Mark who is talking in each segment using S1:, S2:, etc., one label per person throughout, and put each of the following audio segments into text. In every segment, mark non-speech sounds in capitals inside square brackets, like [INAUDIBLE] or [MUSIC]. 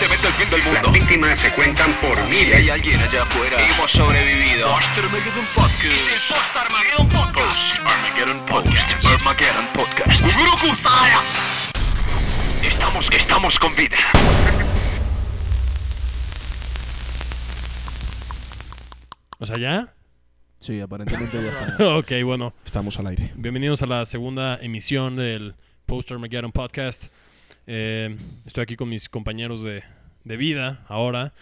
S1: Evidentemente el fin del mundo.
S2: Las víctimas se cuentan por
S1: Si
S2: miles.
S1: hay alguien allá afuera, hemos sobrevivido. Poster Armageddon Podcast. Es el Post Armageddon Podcast. Post Armageddon Podcast. Armageddon Podcast. Estamos, estamos con vida.
S3: O sea, ¿ya? [LAUGHS]
S4: Sí, aparentemente ya
S5: [LAUGHS]
S4: está.
S3: ok, bueno.
S4: Estamos al aire.
S3: Bienvenidos a la segunda emisión del Poster Armageddon Podcast. Eh, estoy aquí con mis compañeros de, de vida ahora.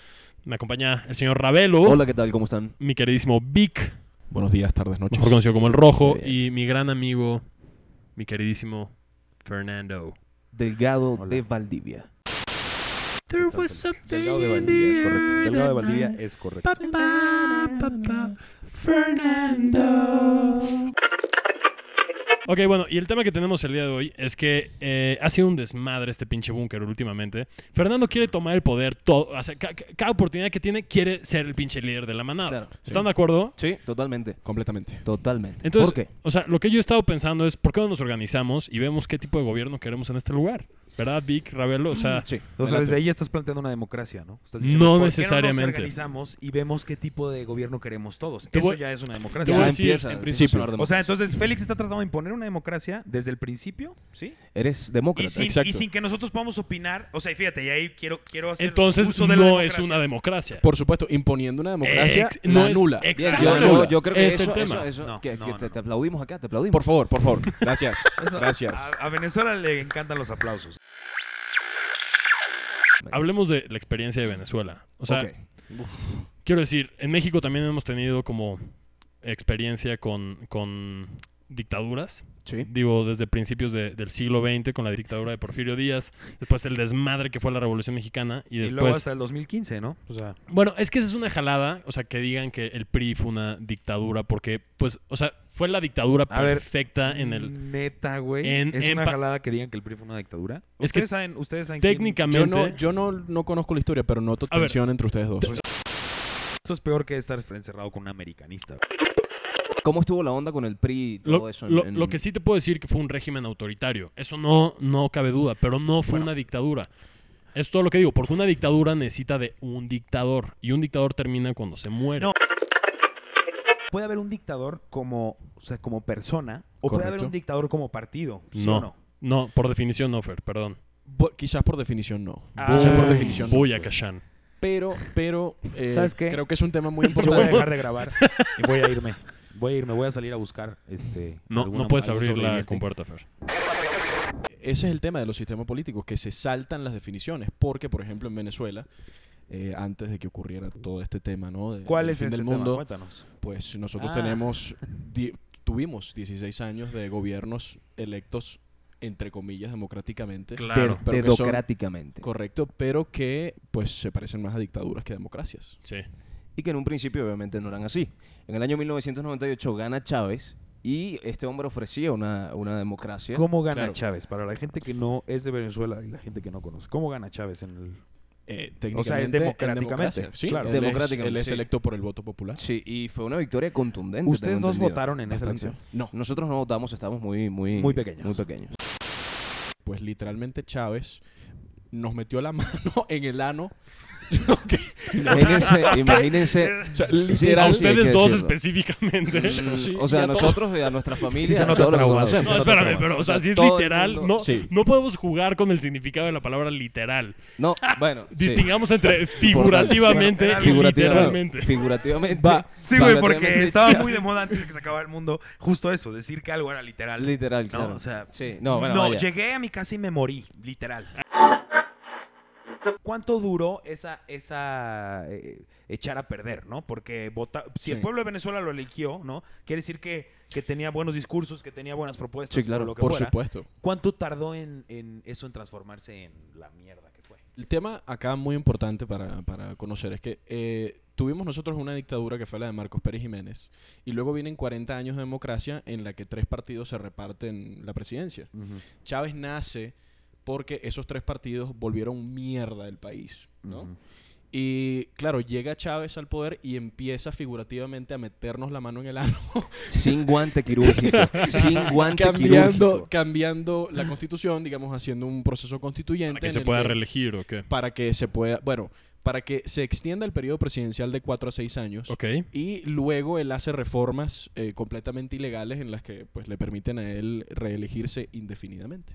S3: Me acompaña el señor Ravelo,
S6: Hola, ¿qué tal? ¿Cómo están?
S3: mi queridísimo Vic,
S4: Buenos días, tardes, noches.
S3: mejor conocido como El Rojo,
S6: Muy
S3: y mi gran amigo, mi queridísimo Fernando.
S6: Delgado
S5: Hola.
S6: de Valdivia.
S5: Delgado de Valdivia es correcto. Delgado de Valdivia es correcto.
S3: Fernando. Ok, bueno, y el tema que tenemos el día de hoy es que eh, ha sido un desmadre este pinche búnker últimamente. Fernando quiere tomar el poder, todo, o sea, ca- ca- cada oportunidad que tiene quiere ser el pinche líder de la manada.
S6: Claro.
S3: ¿Están de acuerdo?
S6: Sí. Totalmente.
S4: Completamente.
S6: Totalmente.
S3: Entonces,
S6: ¿Por qué?
S3: o sea, lo que yo he estado pensando es por qué no nos organizamos y vemos qué tipo de gobierno queremos en este lugar. ¿Verdad, Vic, Ravelo? O sea,
S6: Sí.
S5: O sea,
S4: Adelante.
S5: desde ahí ya estás planteando una democracia, ¿no? Estás
S3: No
S5: ¿por qué
S3: necesariamente.
S5: nos organizamos y vemos qué tipo de gobierno queremos todos.
S3: Te
S5: Eso
S3: voy-
S5: ya es una
S3: te
S5: democracia.
S3: voy a
S6: Ya
S5: O sea,
S3: decir,
S6: empieza,
S3: en
S6: empieza a
S3: principio.
S6: hablar de
S5: O sea,
S6: democracia.
S5: entonces Félix está tratando de imponer una democracia desde el principio, ¿sí?
S6: Eres
S5: Y
S6: demócrata.
S5: sin,
S4: exacto.
S5: y sin que nosotros podamos opinar. O sea, y fíjate, y ahí quiero, quiero hacer
S3: entonces
S5: uso de la
S3: no es
S5: democracia.
S3: una democracia.
S4: Por supuesto, imponiendo una democracia,
S3: Ex-
S4: la
S3: no es-
S4: nula.
S3: ex-
S6: Bien,
S3: Exacto.
S6: Yo, yo- yo creo que
S3: Es el
S6: eso,
S3: tema.
S6: eso- eso-
S5: No,
S6: que-
S5: no,
S6: que
S5: no,
S6: te,
S5: no.
S6: te aplaudimos acá, te aplaudimos.
S4: Por favor, por favor.
S3: [LAUGHS]
S4: Gracias. Gracias.
S5: A, a Venezuela le encantan los aplausos.
S3: Hablemos de la experiencia de Venezuela. O sea,
S4: Ok.
S3: Quiero decir, en México también hemos tenido como experiencia con, con dictaduras.
S6: Sí.
S3: Digo, desde principios de- del siglo XX con la dictadura de Porfirio Díaz, después el desmadre que fue la Revolución Mexicana y
S5: Y luego
S3: después...
S5: hasta el 2015, ¿no? O sea,
S3: Bueno, es que esa es una jalada, o sea, que digan que el PRI fue una dictadura porque, pues, o sea, fue la dictadura
S5: A ver, mm,
S3: perfecta Ah, en el...
S5: Neta, güey.
S3: en-
S5: Es
S3: en
S5: una
S3: pa-
S5: jalada que digan que el PRI fue una dictadura.
S3: Es que
S5: ustedes saben, ustedes saben quién-
S3: Técnicamente...
S4: Yo, no, yo no, no conozco la historia, pero noto
S3: A ver.
S4: tensión entre ustedes dos.
S5: Eso es peor que estar encerrado con un americanista.
S6: ¿Cómo estuvo la onda con el PRI y todo
S3: Lo,
S6: eso? en-
S3: lo-
S6: en-
S3: lo que sí te puedo decir que fue un régimen autoritario. Eso no, no cabe duda, pero no fue una dictadura. Es todo lo que digo, porque una dictadura necesita de un dictador. Y un dictador termina cuando se muere.
S5: No. Puede haber un dictador como, o sea, como persona o puede haber
S4: Correcto.
S5: un dictador como partido, ¿sí
S3: no, [LAUGHS]
S5: o no?
S3: no, por definición no, Fer, perdón.
S4: Bo- quizás por definición no.
S5: Ah.
S4: Quizás por
S5: Uy.
S4: definición no.
S3: Voy a Kashan.
S4: Pero, pero, eh,
S5: ¿Sabes qué?
S4: creo que es un tema muy
S5: Yo voy a
S3: [LAUGHS]
S4: importante.
S5: dejar de grabar y voy a irme. Voy a irme, voy a salir a buscar este
S3: No,
S5: alguna-
S3: no puedes
S5: algún
S3: abrir la
S5: sobreviviente.
S3: compuerta, Fer.
S4: Ese es el tema de los sistemas políticos, que se saltan las definiciones. Porque, por ejemplo, en Venezuela, eh, antes de que ocurriera todo este tema, ¿no? De-
S5: ¿Cuál
S4: del
S5: es
S4: fin
S5: este
S4: del
S5: tema?
S4: mundo,
S5: Cuéntanos.
S4: Pues nosotros
S5: Ah.
S4: tenemos, die- tuvimos 16 años de gobiernos electos, entre comillas, democráticamente.
S3: Claro.
S4: pero que son-
S6: Dedocráticamente.
S4: Correcto, pero que pues se parecen más a dictaduras que a democracias.
S3: Sí.
S6: Y que en un principio obviamente no eran así. En el año 1998 gana Chávez y este hombre ofrecía una, una democracia.
S5: ¿Cómo gana
S4: Claro.
S5: Chávez? Para la gente que no es de Venezuela y la gente que no conoce. ¿Cómo gana Chávez en el
S4: Eh,
S5: O sea,
S4: técnicamente,
S5: es
S4: en
S5: democráticamente,
S4: democracia, Sí,
S5: claro.
S4: él es-
S6: Democráticamente,
S4: Él es
S6: sí.
S4: electo por el voto popular.
S6: Sí, y fue una victoria contundente.
S5: Ustedes
S6: tengo
S5: dos
S6: entendido.
S5: votaron en esa
S4: Bastante.
S5: elección.
S4: No,
S6: Nosotros no votamos, estábamos muy, muy,
S5: Muy pequeños.
S6: Muy
S5: [LAUGHS]
S6: pequeños.
S4: pues literalmente Chávez nos metió la [LAUGHS] mano en el ano. [LAUGHS]
S5: [LAUGHS]
S6: Imagínense, imagínense.
S4: O sea,
S3: a
S4: literal.
S6: sí, hay
S3: ustedes
S6: que
S3: dos
S6: decirlo. [LAUGHS]
S3: específicamente.
S4: Sí, sí,
S6: o sea,
S4: y
S6: a
S4: a todos.
S6: nosotros y a nuestra familia.
S5: se nota
S6: todo lo que
S5: traumado,
S6: conocemos.
S5: sí
S3: No,
S5: no te
S3: espérame,
S5: creo.
S3: pero, o sea, si es
S6: todo el
S3: literal,
S6: mundo-
S3: no,
S4: Sí.
S3: no podemos jugar con el significado de la palabra literal.
S6: No, bueno. sí. [LAUGHS]
S3: Distingamos entre figurativamente y literalmente.
S6: Figurativamente.
S4: Va,
S5: [LAUGHS] Sí, güey, porque
S6: figurativamente,
S5: estaba
S6: sí.
S5: muy de moda antes de que se acabara el mundo. Justo eso, decir que algo era literal.
S6: Literal,
S5: No,
S6: claro.
S5: o sea,
S6: Sí, no, bueno, vaya.
S5: llegué a mi casa y me morí, literal. ¿Cuánto duró esa, esa eh, echar a perder, no? Porque vota, si el
S4: Sí.
S5: pueblo de Venezuela lo eligió, ¿no? Quiere decir que, que tenía buenos discursos, que tenía buenas propuestas,
S6: Sí, claro,
S5: o lo que
S4: Por
S5: fuera.
S4: supuesto.
S5: ¿Cuánto tardó en, en eso en transformarse en la mierda que fue?
S4: El tema acá muy importante para, para conocer es que eh, tuvimos nosotros una dictadura que fue la de Marcos Pérez Jiménez y luego vienen 40 años de democracia en la que tres partidos se reparten la presidencia. Chávez nace porque esos tres partidos volvieron mierda del país, ¿no?
S5: Ujú.
S4: Y claro, llega Chávez al poder y empieza figurativamente a meternos la mano en el ano, [LAUGHS]
S6: Sin guante quirúrgico. sin
S5: [LAUGHS]
S6: guante
S4: cambiando,
S6: quirúrgico.
S4: cambiando la constitución, digamos, haciendo un proceso
S3: Para
S4: constituyente.
S3: que
S4: en
S3: se
S4: el
S3: pueda reelegir o qué.
S4: Para que se pueda, bueno, para que se extienda el periodo presidencial de 4 a 6 años.
S3: Ok.
S4: Y luego él hace reformas eh, completamente ilegales en las que pues le permiten a él reelegirse indefinidamente.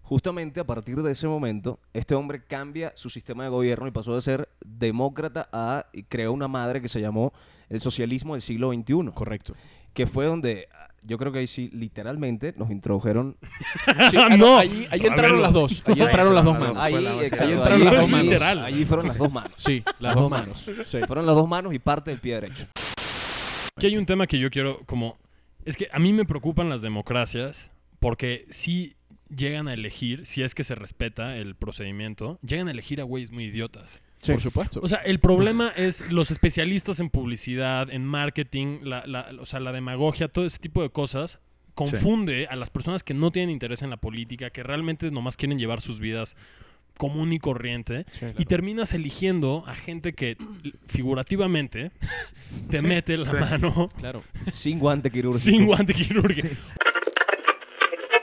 S6: Justamente a partir de ese momento, este hombre cambia su sistema de gobierno y pasó de ser demócrata a y creó una madre que se llamó el socialismo del siglo XXI.
S4: Correcto.
S6: Que fue donde ah, yo creo que ahí sí, literalmente, nos introdujeron.
S4: [LAUGHS] Sí, ah, no,
S3: No.
S4: Allí, allí
S3: A
S4: entraron
S3: ver,
S4: las dos. Allí entraron las dos manos.
S6: Ahí,
S5: fue la-
S6: exacto,
S4: ahí entraron las dos manos.
S3: Literal.
S6: Allí fueron las dos manos.
S4: Sí, las dos [LAUGHS] manos. Sí.
S6: Fueron las dos manos y parte del pie derecho.
S3: Aquí hay un tema que yo quiero como... Es que a mí me preocupan las democracias porque si llegan a elegir, si es que se respeta el procedimiento, llegan a elegir a güeyes muy idiotas.
S4: Por supuesto.
S3: O sea, el problema es los especialistas en publicidad, en marketing, la, la- o sea, la demagogia, todo ese tipo de cosas confunde a las personas que no tienen interés en la política, que realmente nomás quieren llevar sus vidas común y corriente, y terminas eligiendo a gente que figurativamente [LAUGHS] te mete la mano
S4: Claro.
S6: Sin guante quirúrgico.
S3: sin guante quirúrgico.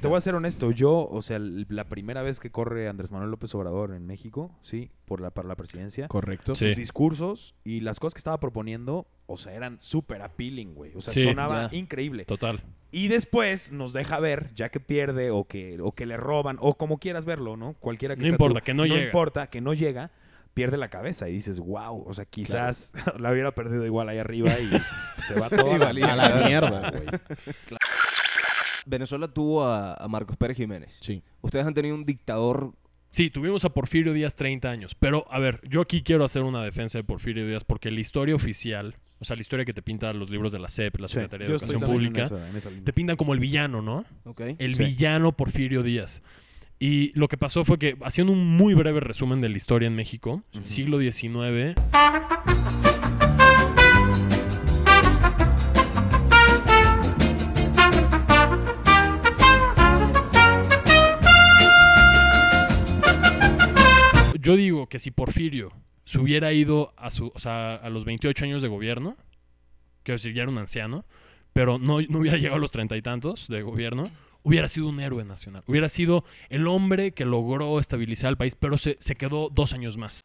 S5: Te voy a ser honesto, yo, o sea, l- la primera vez que corre Andrés Manuel López Obrador en México, sí, por la, para la presidencia,
S4: Correcto.
S3: Sí.
S5: sus discursos y las cosas que estaba proponiendo, o sea, eran súper appealing, güey. O sea,
S3: Sí,
S5: sonaba
S6: ya.
S5: increíble.
S3: Total.
S5: Y después nos deja ver, ya que pierde o que, o que le roban, o como quieras verlo, ¿no? Cualquiera que
S3: No
S5: sea
S3: importa,
S5: tú,
S3: que no llega.
S5: importa, que no llega, pierde la cabeza y dices, wow, o sea, quizás [LAUGHS] la hubiera perdido igual ahí arriba y se va todo a la,
S4: A la
S5: [LAUGHS]
S4: mierda, güey.
S6: Venezuela tuvo a, a Marcos Pérez Jiménez.
S4: Sí.
S6: Ustedes han tenido un dictador
S3: Sí, tuvimos a Porfirio Díaz 30 años, pero a ver, yo aquí quiero hacer una defensa de Porfirio Díaz porque la historia oficial, o sea, la historia que te pintan los libros de la CEP, la
S5: Sí,
S3: Secretaría de
S5: yo estoy
S3: Educación
S5: también en
S3: Pública,
S5: esa- en esa línea.
S3: te pintan como el villano, ¿no?
S6: Ok.
S3: El
S5: Sí.
S3: villano Porfirio Díaz. Y lo que pasó fue que, haciendo un muy breve resumen de la historia en México, siglo XIX, yo digo que si Porfirio se hubiera ido a, su, o sea, a los 28 años de gobierno, quiero decir, ya era un anciano, pero no, no hubiera llegado a los treinta y tantos de gobierno, hubiera sido un héroe nacional. Hubiera sido el hombre que logró estabilizar el país, pero se, se quedó dos años más.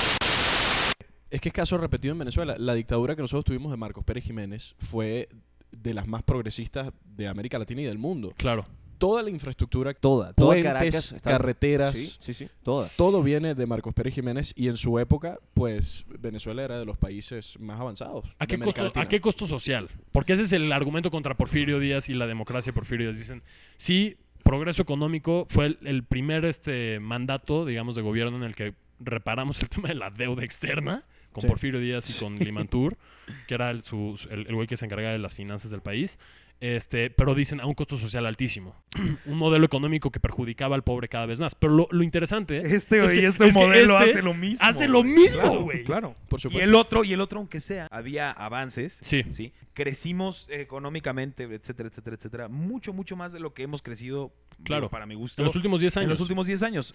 S4: Es que es caso repetido en Venezuela. La dictadura que nosotros tuvimos de Marcos Pérez Jiménez fue de las más progresistas de América Latina y del mundo.
S3: Claro.
S4: Toda la infraestructura,
S6: Toda, toda
S4: puentes,
S6: Caracas. está-
S4: carreteras,
S6: Sí, sí, sí, toda.
S4: todo viene de Marcos Pérez Jiménez y en su época, pues Venezuela era de los países más avanzados.
S3: ¿A
S4: de
S3: qué,
S4: América
S3: costo,
S4: Latina.
S3: ¿A qué costo social? Porque ese es el argumento contra Porfirio Díaz y la democracia de Porfirio Díaz. Dicen, sí, progreso económico fue el, el primer este, mandato, digamos, de gobierno en el que reparamos el [LAUGHS] tema de la deuda externa con
S6: Sí.
S3: Porfirio Díaz y con Limantur, que era el, su- su- el- el güey que se encargaba de las finanzas del país. Este, pero dicen a un costo social altísimo. [CLEARS THROAT] un modelo económico que perjudicaba al pobre cada vez más. Pero lo, lo interesante
S5: Este,
S3: Es
S5: güey,
S3: que-
S5: este
S3: es que
S5: modelo
S3: este
S5: hace lo mismo.
S3: hace lo
S5: güey.
S3: mismo,
S5: Claro,
S3: güey.
S5: Claro.
S4: Por
S5: Y
S4: supuesto.
S5: el otro, y el otro, aunque sea, había avances.
S3: Sí.
S5: Crecimos eh, económicamente, etcétera, etcétera, etcétera. Mucho, mucho más de lo que hemos crecido.
S3: Claro.
S5: digo, Para mi gusto.
S3: en los últimos 10
S5: en
S3: años.
S5: los últimos 10 años.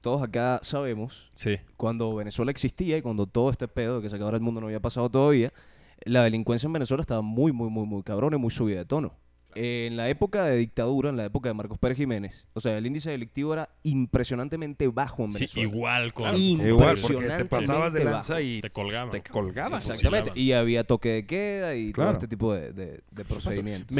S6: Todos acá sabemos,
S3: Sí.
S6: cuando Venezuela existía y cuando todo este pedo de que se acabara el mundo no había pasado todavía, la delincuencia en Venezuela estaba muy, muy, muy, muy cabrón y muy subida de tono. En la época de dictadura, en la época de Marcos Pérez Jiménez, o sea, el índice delictivo era impresionantemente bajo en
S3: Sí,
S6: Venezuela.
S3: igual con...
S5: Igual, porque te
S6: Impresionantemente
S5: pasabas de lanza
S6: bajo.
S5: y
S3: Te colgaban.
S6: Te
S5: colgaban.
S6: Exactamente. Y había toque de queda y
S5: Claro.
S6: todo este tipo de, de- de procedimientos.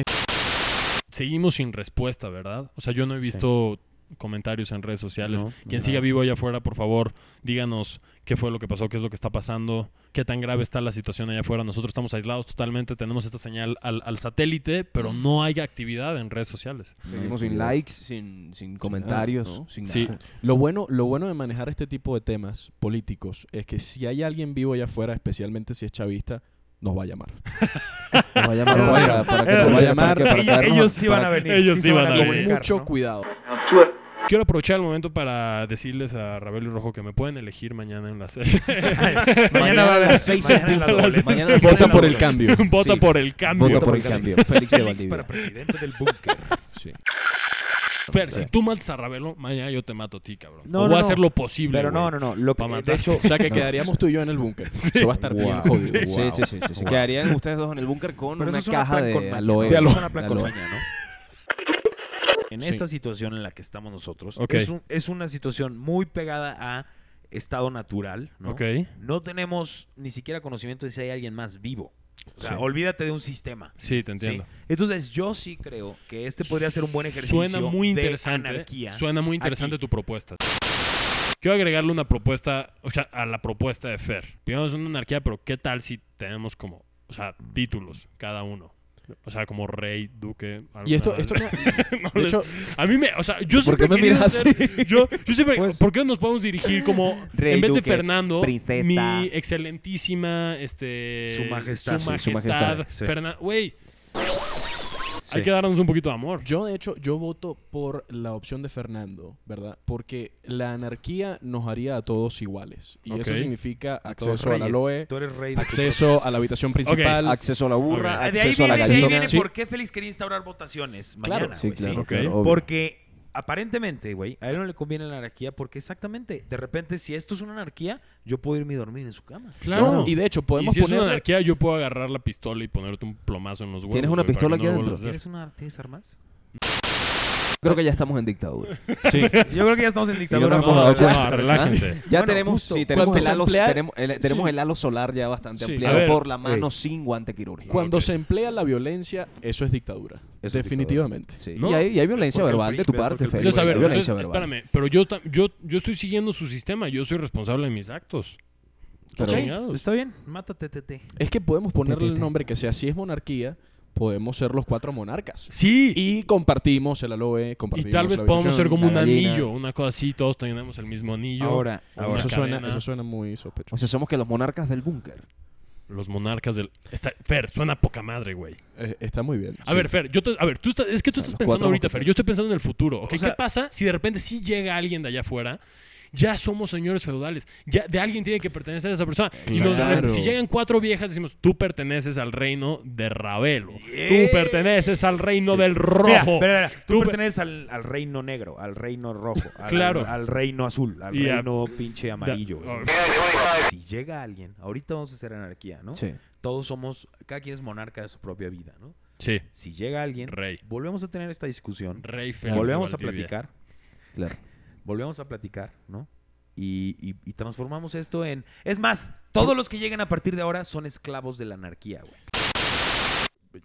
S3: seguimos sin respuesta, ¿verdad? O sea, yo no he visto comentarios en redes sociales.
S5: No,
S3: Quien
S5: nada.
S3: siga vivo allá afuera, por favor, díganos qué fue lo que pasó, qué es lo que está pasando, qué tan grave está la situación allá afuera. Nosotros estamos aislados totalmente, tenemos esta señal al, al satélite, pero
S5: Mm.
S3: no hay actividad en redes sociales.
S6: Seguimos sin likes, sin, sin comentarios,
S4: ¿no?
S6: sin
S3: Sí.
S6: nada.
S4: Lo bueno, lo bueno de manejar este tipo de temas políticos es que si hay alguien vivo allá afuera, especialmente si es chavista, nos va a llamar.
S6: Nos va a llamar para, para que
S5: Era-
S6: nos va a
S4: era-
S6: llamar,
S4: era-
S6: para
S5: Ellos,
S6: traernos-
S5: ellos sí van
S6: para-
S5: a venir.
S3: Ellos sí
S5: se
S3: van a
S4: Con
S3: venir.
S5: comunicar,
S4: mucho
S5: ¿no?
S4: cuidado.
S3: Quiero aprovechar el momento para decirles a Rabel y Rojo que me pueden elegir mañana en las...
S5: Mañana va a
S6: Mañana a
S5: haber
S6: las seis
S5: mañana
S6: en
S5: en las
S6: punto.
S5: boletas.
S6: Mañana a las
S4: Vota
S6: seis en
S4: por el
S3: [LAUGHS]
S6: punto.
S4: cambio.
S3: [LAUGHS] Vota
S6: Sí.
S3: por el cambio.
S6: Vota por el cambio. Félix de
S5: Félix
S3: [LAUGHS]
S6: Valdivia.
S5: para presidente del búnker.
S4: Sí.
S3: Fer, si tú matas a Ravelo, mañana yo te mato a ti, cabrón.
S5: No,
S3: No, voy
S5: no,
S3: a
S5: no.
S3: hacer lo posible.
S5: Pero no,
S3: güey,
S5: no, no. Lo que,
S3: pa'
S5: de
S3: [LAUGHS] matarte.
S5: hecho,
S4: O sea, que
S5: no.
S4: quedaríamos tú y yo en el búnker. Eso va a estar bien
S5: Wow.
S4: jodido.
S5: Sí,
S6: Sí, sí, sí, sí, sí. Quedarían ustedes dos en el búnker con
S5: Pero eso
S6: una
S5: es una
S6: caja
S5: plan
S6: de
S5: con maña, ¿no?
S6: aloe.
S5: Eso es
S6: vera,
S5: una plan
S6: de
S5: con
S6: aloe.
S5: maña, En
S4: Sí.
S5: esta situación en la que estamos nosotros,
S3: Ok.
S5: es, un- es una situación muy pegada a estado natural, ¿no?
S3: Ok.
S5: No tenemos ni siquiera conocimiento de si hay alguien más vivo. O sea,
S4: Sí.
S5: olvídate de un sistema.
S3: Sí, te
S5: ¿sí?
S3: entiendo.
S5: Entonces, yo sí creo que este podría ser un buen ejercicio
S3: Suena muy
S5: de
S3: interesante. ¿eh?
S5: anarquía.
S3: suena muy interesante
S5: aquí.
S3: tu propuesta. Quiero agregarle una propuesta, o sea, a la propuesta de Fer. Primero es una anarquía, pero ¿qué tal si tenemos como, o sea, títulos cada uno? O sea, como rey, duque. algo-
S4: Y esto,
S3: [LAUGHS]
S4: esto
S3: No
S4: de
S3: les-
S4: hecho,
S3: a mí me, o sea, yo
S6: ¿Por
S3: siempre
S6: qué me
S3: he querido
S6: miras
S3: ser-
S6: así?
S3: [LAUGHS] Yo, yo siempre,
S6: Pues-
S3: ¿por qué no nos podemos dirigir como
S6: Rey,
S3: en vez
S6: duque,
S3: de Fernando,
S6: princesa.
S3: mi excelentísima, este,
S5: Su majestad.
S3: su
S6: Sí, su
S3: majestad,
S6: majestad,
S5: sí.
S3: Fernan- güey,
S5: Sí.
S3: hay que darnos un poquito de amor.
S4: yo de hecho, yo voto por la opción de Fernando, ¿verdad? Porque la anarquía nos haría a todos iguales. Y eso
S3: Ok.
S4: significa
S5: Tú eres
S4: acceso al
S5: reyes,
S4: aloe,
S5: Tú eres rey de tu
S4: acceso a la habitación principal.
S6: Acceso a la burra,
S5: Ah, De ahí
S6: acceso a
S5: viene,
S6: la
S5: de ahí
S6: gallina.
S5: viene
S4: Sí.
S5: por qué Félix quería instaurar votaciones
S4: Claro.
S5: mañana,
S6: Sí,
S5: güey,
S6: claro.
S3: Ok.
S6: claro, obvio.
S5: Porque aparentemente, güey, a él no le conviene la anarquía porque exactamente, de repente, si esto es una anarquía, yo puedo irme a dormir en su cama.
S3: Claro.
S4: No, y de hecho, podemos
S3: y si es
S4: ponerle-
S3: una anarquía, yo puedo agarrar la pistola y ponerte un plomazo en los huevos.
S6: ¿Tienes una
S3: güey, para
S6: pistola
S3: que
S6: aquí
S3: no lo vuelvas a hacer.
S5: ¿Tienes, una, ¿Tienes armas?
S6: Creo que ya estamos en dictadura.
S3: [LAUGHS]
S4: Sí.
S5: Yo creo que ya estamos en dictadura.
S6: creo que
S3: No,
S6: hemos dado
S3: no,
S6: cuenta.
S3: relájense.
S6: Ya
S5: Bueno,
S6: tenemos,
S5: justo.
S6: sí, tenemos,
S4: Cuando
S6: el
S4: se
S6: halo,
S4: emplea-
S6: tenemos, el, tenemos
S4: Sí.
S6: el halo solar ya bastante
S4: Sí.
S3: A
S6: ampliado
S3: ver.
S6: por la mano sin guante quirúrgico.
S4: [LAUGHS] Cuando
S3: Ok.
S4: se emplea la violencia, eso es dictadura.
S5: Eso es
S4: definitivamente.
S6: Sí.
S3: No.
S6: Y, hay, y hay violencia
S5: Porque el
S6: verbal de tu
S5: príncipe-
S6: parte,
S5: porque el
S6: Félix.
S3: Entonces, a
S6: Hay
S3: ver,
S6: violencia
S3: entonces,
S6: verbal.
S3: espérame, pero yo, tam- yo, yo estoy siguiendo su sistema, yo soy responsable de mis actos.
S6: Pero-
S3: Qué chingados.
S5: Está bien, mátate, tete.
S4: Es que podemos ponerle
S6: Te, te,
S4: el
S6: te.
S4: nombre que sea. Si es monarquía, podemos ser los cuatro monarcas.
S3: Sí,
S4: Y compartimos el aloe,
S3: y,
S4: compartimos
S3: tal vez
S4: la
S3: podamos
S4: habitación,
S3: ser como
S4: la
S3: un
S4: gallina.
S3: anillo, una cosa así, todos tenemos el mismo anillo.
S5: Ahora,
S3: una
S5: ahora.
S4: Eso suena,
S3: cadena.
S4: eso suena muy
S6: O
S4: sospechoso.
S6: sea, somos que los monarcas del búnker.
S3: Los monarcas del. Está, Fer, suena poca madre, güey.
S4: Eh, está muy bien.
S3: A
S4: sí.
S3: ver, Fer, yo te- a ver, tú estás, es que tú estás
S6: los
S3: pensando
S6: cuatro
S3: ahorita, Fer.
S6: mosqueteros.
S3: Yo estoy pensando en el futuro. ¿ok?
S5: O sea-
S3: ¿Qué pasa si de repente sí llega alguien de allá afuera? Ya somos señores feudales. Ya de alguien tiene que pertenecer a esa persona. Y nos-
S4: Claro.
S3: si llegan cuatro viejas, decimos, tú perteneces al reino de Ravelo. Tú perteneces al reino del
S5: Mira,
S3: rojo.
S5: espera, espera,
S3: Tú-
S5: Tú perteneces al, al reino negro, al reino rojo, al,
S3: Claro.
S5: al reino azul, al
S3: Y a-
S5: reino pinche amarillo.
S3: Da- oh.
S5: así. Si llega alguien, ahorita vamos a hacer anarquía, ¿no?
S6: Sí.
S5: Todos somos, cada quien es monarca de su propia vida, ¿no?
S3: Sí,
S5: Si llega alguien,
S3: Rey.
S5: volvemos a tener esta discusión,
S3: Rey Félix. de
S5: volvemos a
S3: Valdivia.
S5: platicar,
S6: Claro.
S5: volvemos a platicar, ¿no? Y, y- y transformamos esto en... Es más, todos los que lleguen a partir de ahora son esclavos de la anarquía, güey.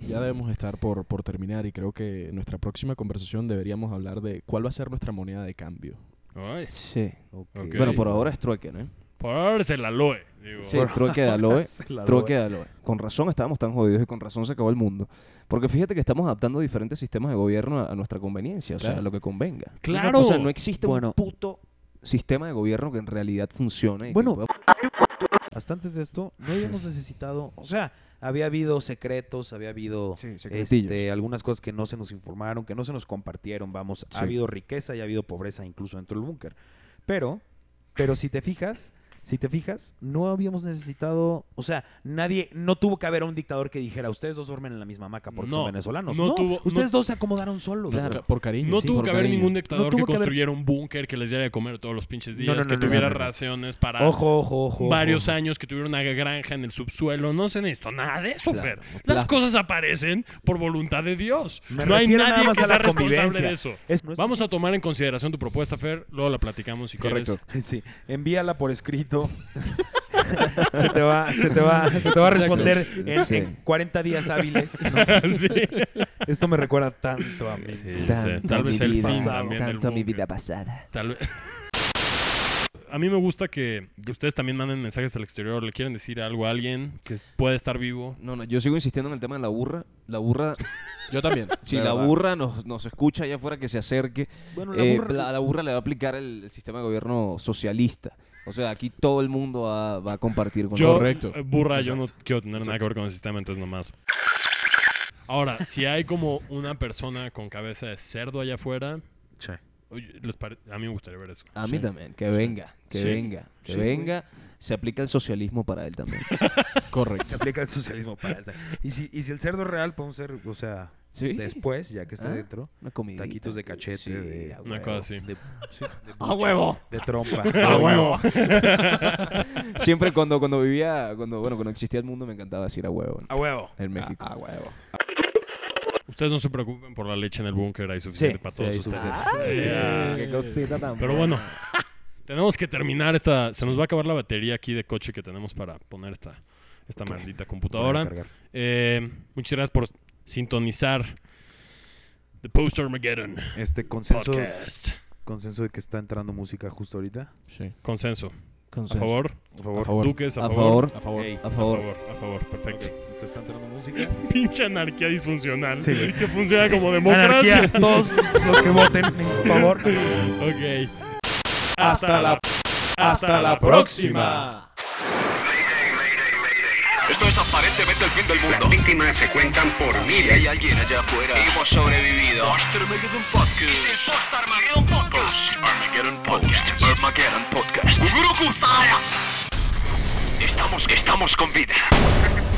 S4: Ya debemos estar por, por terminar y creo que nuestra próxima conversación deberíamos hablar de cuál va a ser nuestra moneda de cambio.
S3: Ay,
S6: Sí.
S3: Ok.
S6: Bueno, pues,
S5: [LAUGHS]
S6: por ahora es trueque, ¿no?
S3: por ahora es el aloe. digo.
S6: Sí, trueque [LAUGHS] de aloe. Trueque de aloe. Con razón estábamos tan jodidos y con razón se acabó el mundo. Porque fíjate que estamos adaptando diferentes sistemas de gobierno a, a nuestra conveniencia, o sea,
S4: Claro.
S6: a lo que convenga.
S3: Claro.
S6: O sea, no existe
S5: Bueno.
S6: un puto sistema de gobierno que en realidad funcione. y que
S5: Bueno,
S6: pueda-
S5: Hasta antes de esto, no habíamos necesitado, o sea, había habido secretos, había habido
S6: Sí, secretillos.
S5: este, algunas cosas que no se nos informaron, que no se nos compartieron, vamos, ha
S6: Sí.
S5: habido riqueza y ha habido pobreza incluso dentro del búnker. Pero, pero si te fijas, si te fijas, no habíamos necesitado, o sea, nadie, no tuvo que haber un dictador que dijera, ustedes dos duermen en la misma hamaca porque son
S3: No,
S5: venezolanos. No,
S3: no tuvo-
S5: ustedes
S3: no-
S5: dos se acomodaron solos.
S4: Por ca- Por cariño.
S3: No
S4: sí.
S3: tuvo
S6: por
S3: que haber
S6: cariño.
S3: ningún
S5: No
S3: dictador
S5: tuvo
S3: que
S5: que haber-
S3: construyera un búnker que les diera de comer todos los pinches
S5: No,
S3: días,
S5: no, no,
S3: que
S5: no,
S3: tuviera
S5: no, no, no.
S3: raciones para
S5: Ojo, ojo, ojo.
S3: varios
S5: ojo.
S3: años, que tuviera una granja en el subsuelo. No se necesitó nada de eso,
S6: Claro,
S3: Fer. Las
S6: claro.
S3: cosas aparecen por voluntad de Dios.
S5: Me
S3: no hay
S5: refiero nada
S3: nadie
S5: más
S3: que
S5: a la
S3: sea responsable
S5: convivencia.
S3: de eso.
S5: Es- no es-
S3: Vamos a tomar en consideración tu propuesta, Fer. Luego la platicamos si
S5: Correcto.
S3: [LAUGHS] quieres.
S5: [LAUGHS] Sí, envíala por escrito. [LAUGHS] se, te va, se, te va, se te va a responder en,
S6: Sí.
S5: en 40 días hábiles. [LAUGHS] ¿no?
S3: sí.
S5: Esto me recuerda tanto a mí.
S3: Sí, yo sé. Tal vez el fin también del búnker.
S6: pasada.
S3: Tal vez. [LAUGHS] A mí me gusta que ustedes también manden mensajes al exterior, le quieren decir algo a alguien que puede estar vivo.
S6: No, no, yo sigo insistiendo en el tema de la burra. La [LAUGHS] burra,
S4: Yo también.
S6: si
S4: de
S6: la
S4: verdad.
S6: burra nos, nos escucha allá afuera, que se acerque.
S5: Bueno, la
S6: Eh,
S5: burra-
S6: la, la burra le va a aplicar el, el sistema de gobierno socialista. O sea, aquí todo el mundo va, va a compartir con
S3: Yo,
S6: nosotros.
S4: Correcto.
S3: eh, burra, yo no quiero tener nada que ver con el sistema, entonces nomás. Ahora, si hay como una persona con cabeza de cerdo allá afuera, Oye, les pare- A mí me gustaría ver eso.
S6: A mí
S3: Sí.
S6: también, que venga, que
S3: Sí.
S6: venga, que venga. Se aplica el socialismo para él también.
S5: Se
S4: Correcto.
S5: aplica el socialismo para alta. Y si, y si el cerdo es real, podemos ser, o sea,
S6: Sí.
S5: después, ya que está
S6: Ah,
S5: dentro,
S6: Una comida.
S5: taquitos de cachete, de-
S3: Una cosa así.
S5: de, sí, [LAUGHS] de
S6: ¡A
S5: buche,
S6: huevo!
S5: de [LAUGHS] trompa.
S6: ¡A huevo! [LAUGHS] Siempre cuando, cuando vivía, cuando, bueno, cuando existía el mundo me encantaba decir a huevo.
S3: A huevo.
S6: En México.
S4: A huevo.
S3: [LAUGHS] Ustedes no se preocupen por la leche en el búnker, hay suficiente para todos
S5: hay
S3: ustedes. Ah.
S5: suficiente.
S3: Sí, sí,
S6: qué cosita tan
S3: Pero bueno, [LAUGHS] tenemos que terminar esta. Se nos va a acabar la batería aquí de coche que tenemos para poner esta, esta maldita computadora.
S5: Para cargar.
S3: Eh, muchas gracias por sintonizar The Post Armageddon
S5: Este consenso,
S3: Podcast.
S5: consenso de que está entrando música justo ahorita.
S4: Sí.
S3: Consenso. A
S6: Consenso.
S3: favor.
S5: Por favor.
S3: Duques, a,
S6: A
S3: favor.
S6: favor.
S4: A favor.
S5: Ey,
S6: A
S3: A
S6: favor.
S3: favor. A favor. Perfecto.
S5: entonces está entrando música.
S3: [LAUGHS] Pinche anarquía disfuncional.
S5: Sí.
S3: Que funciona como democracia.
S5: Anarquía. Todos los que voten, por favor.
S3: [LAUGHS] Ok.
S6: Hasta la-
S3: hasta la próxima.
S1: Esto es aparentemente el fin del mundo. Las víctimas se cuentan por miles. hay alguien allá afuera, hemos sobrevivido. Post Armageddon Podcast. Es el Post Armageddon Podcast. Armageddon Podcast. Armageddon Podcast. Gurú Kutaya. Estamos, estamos con vida.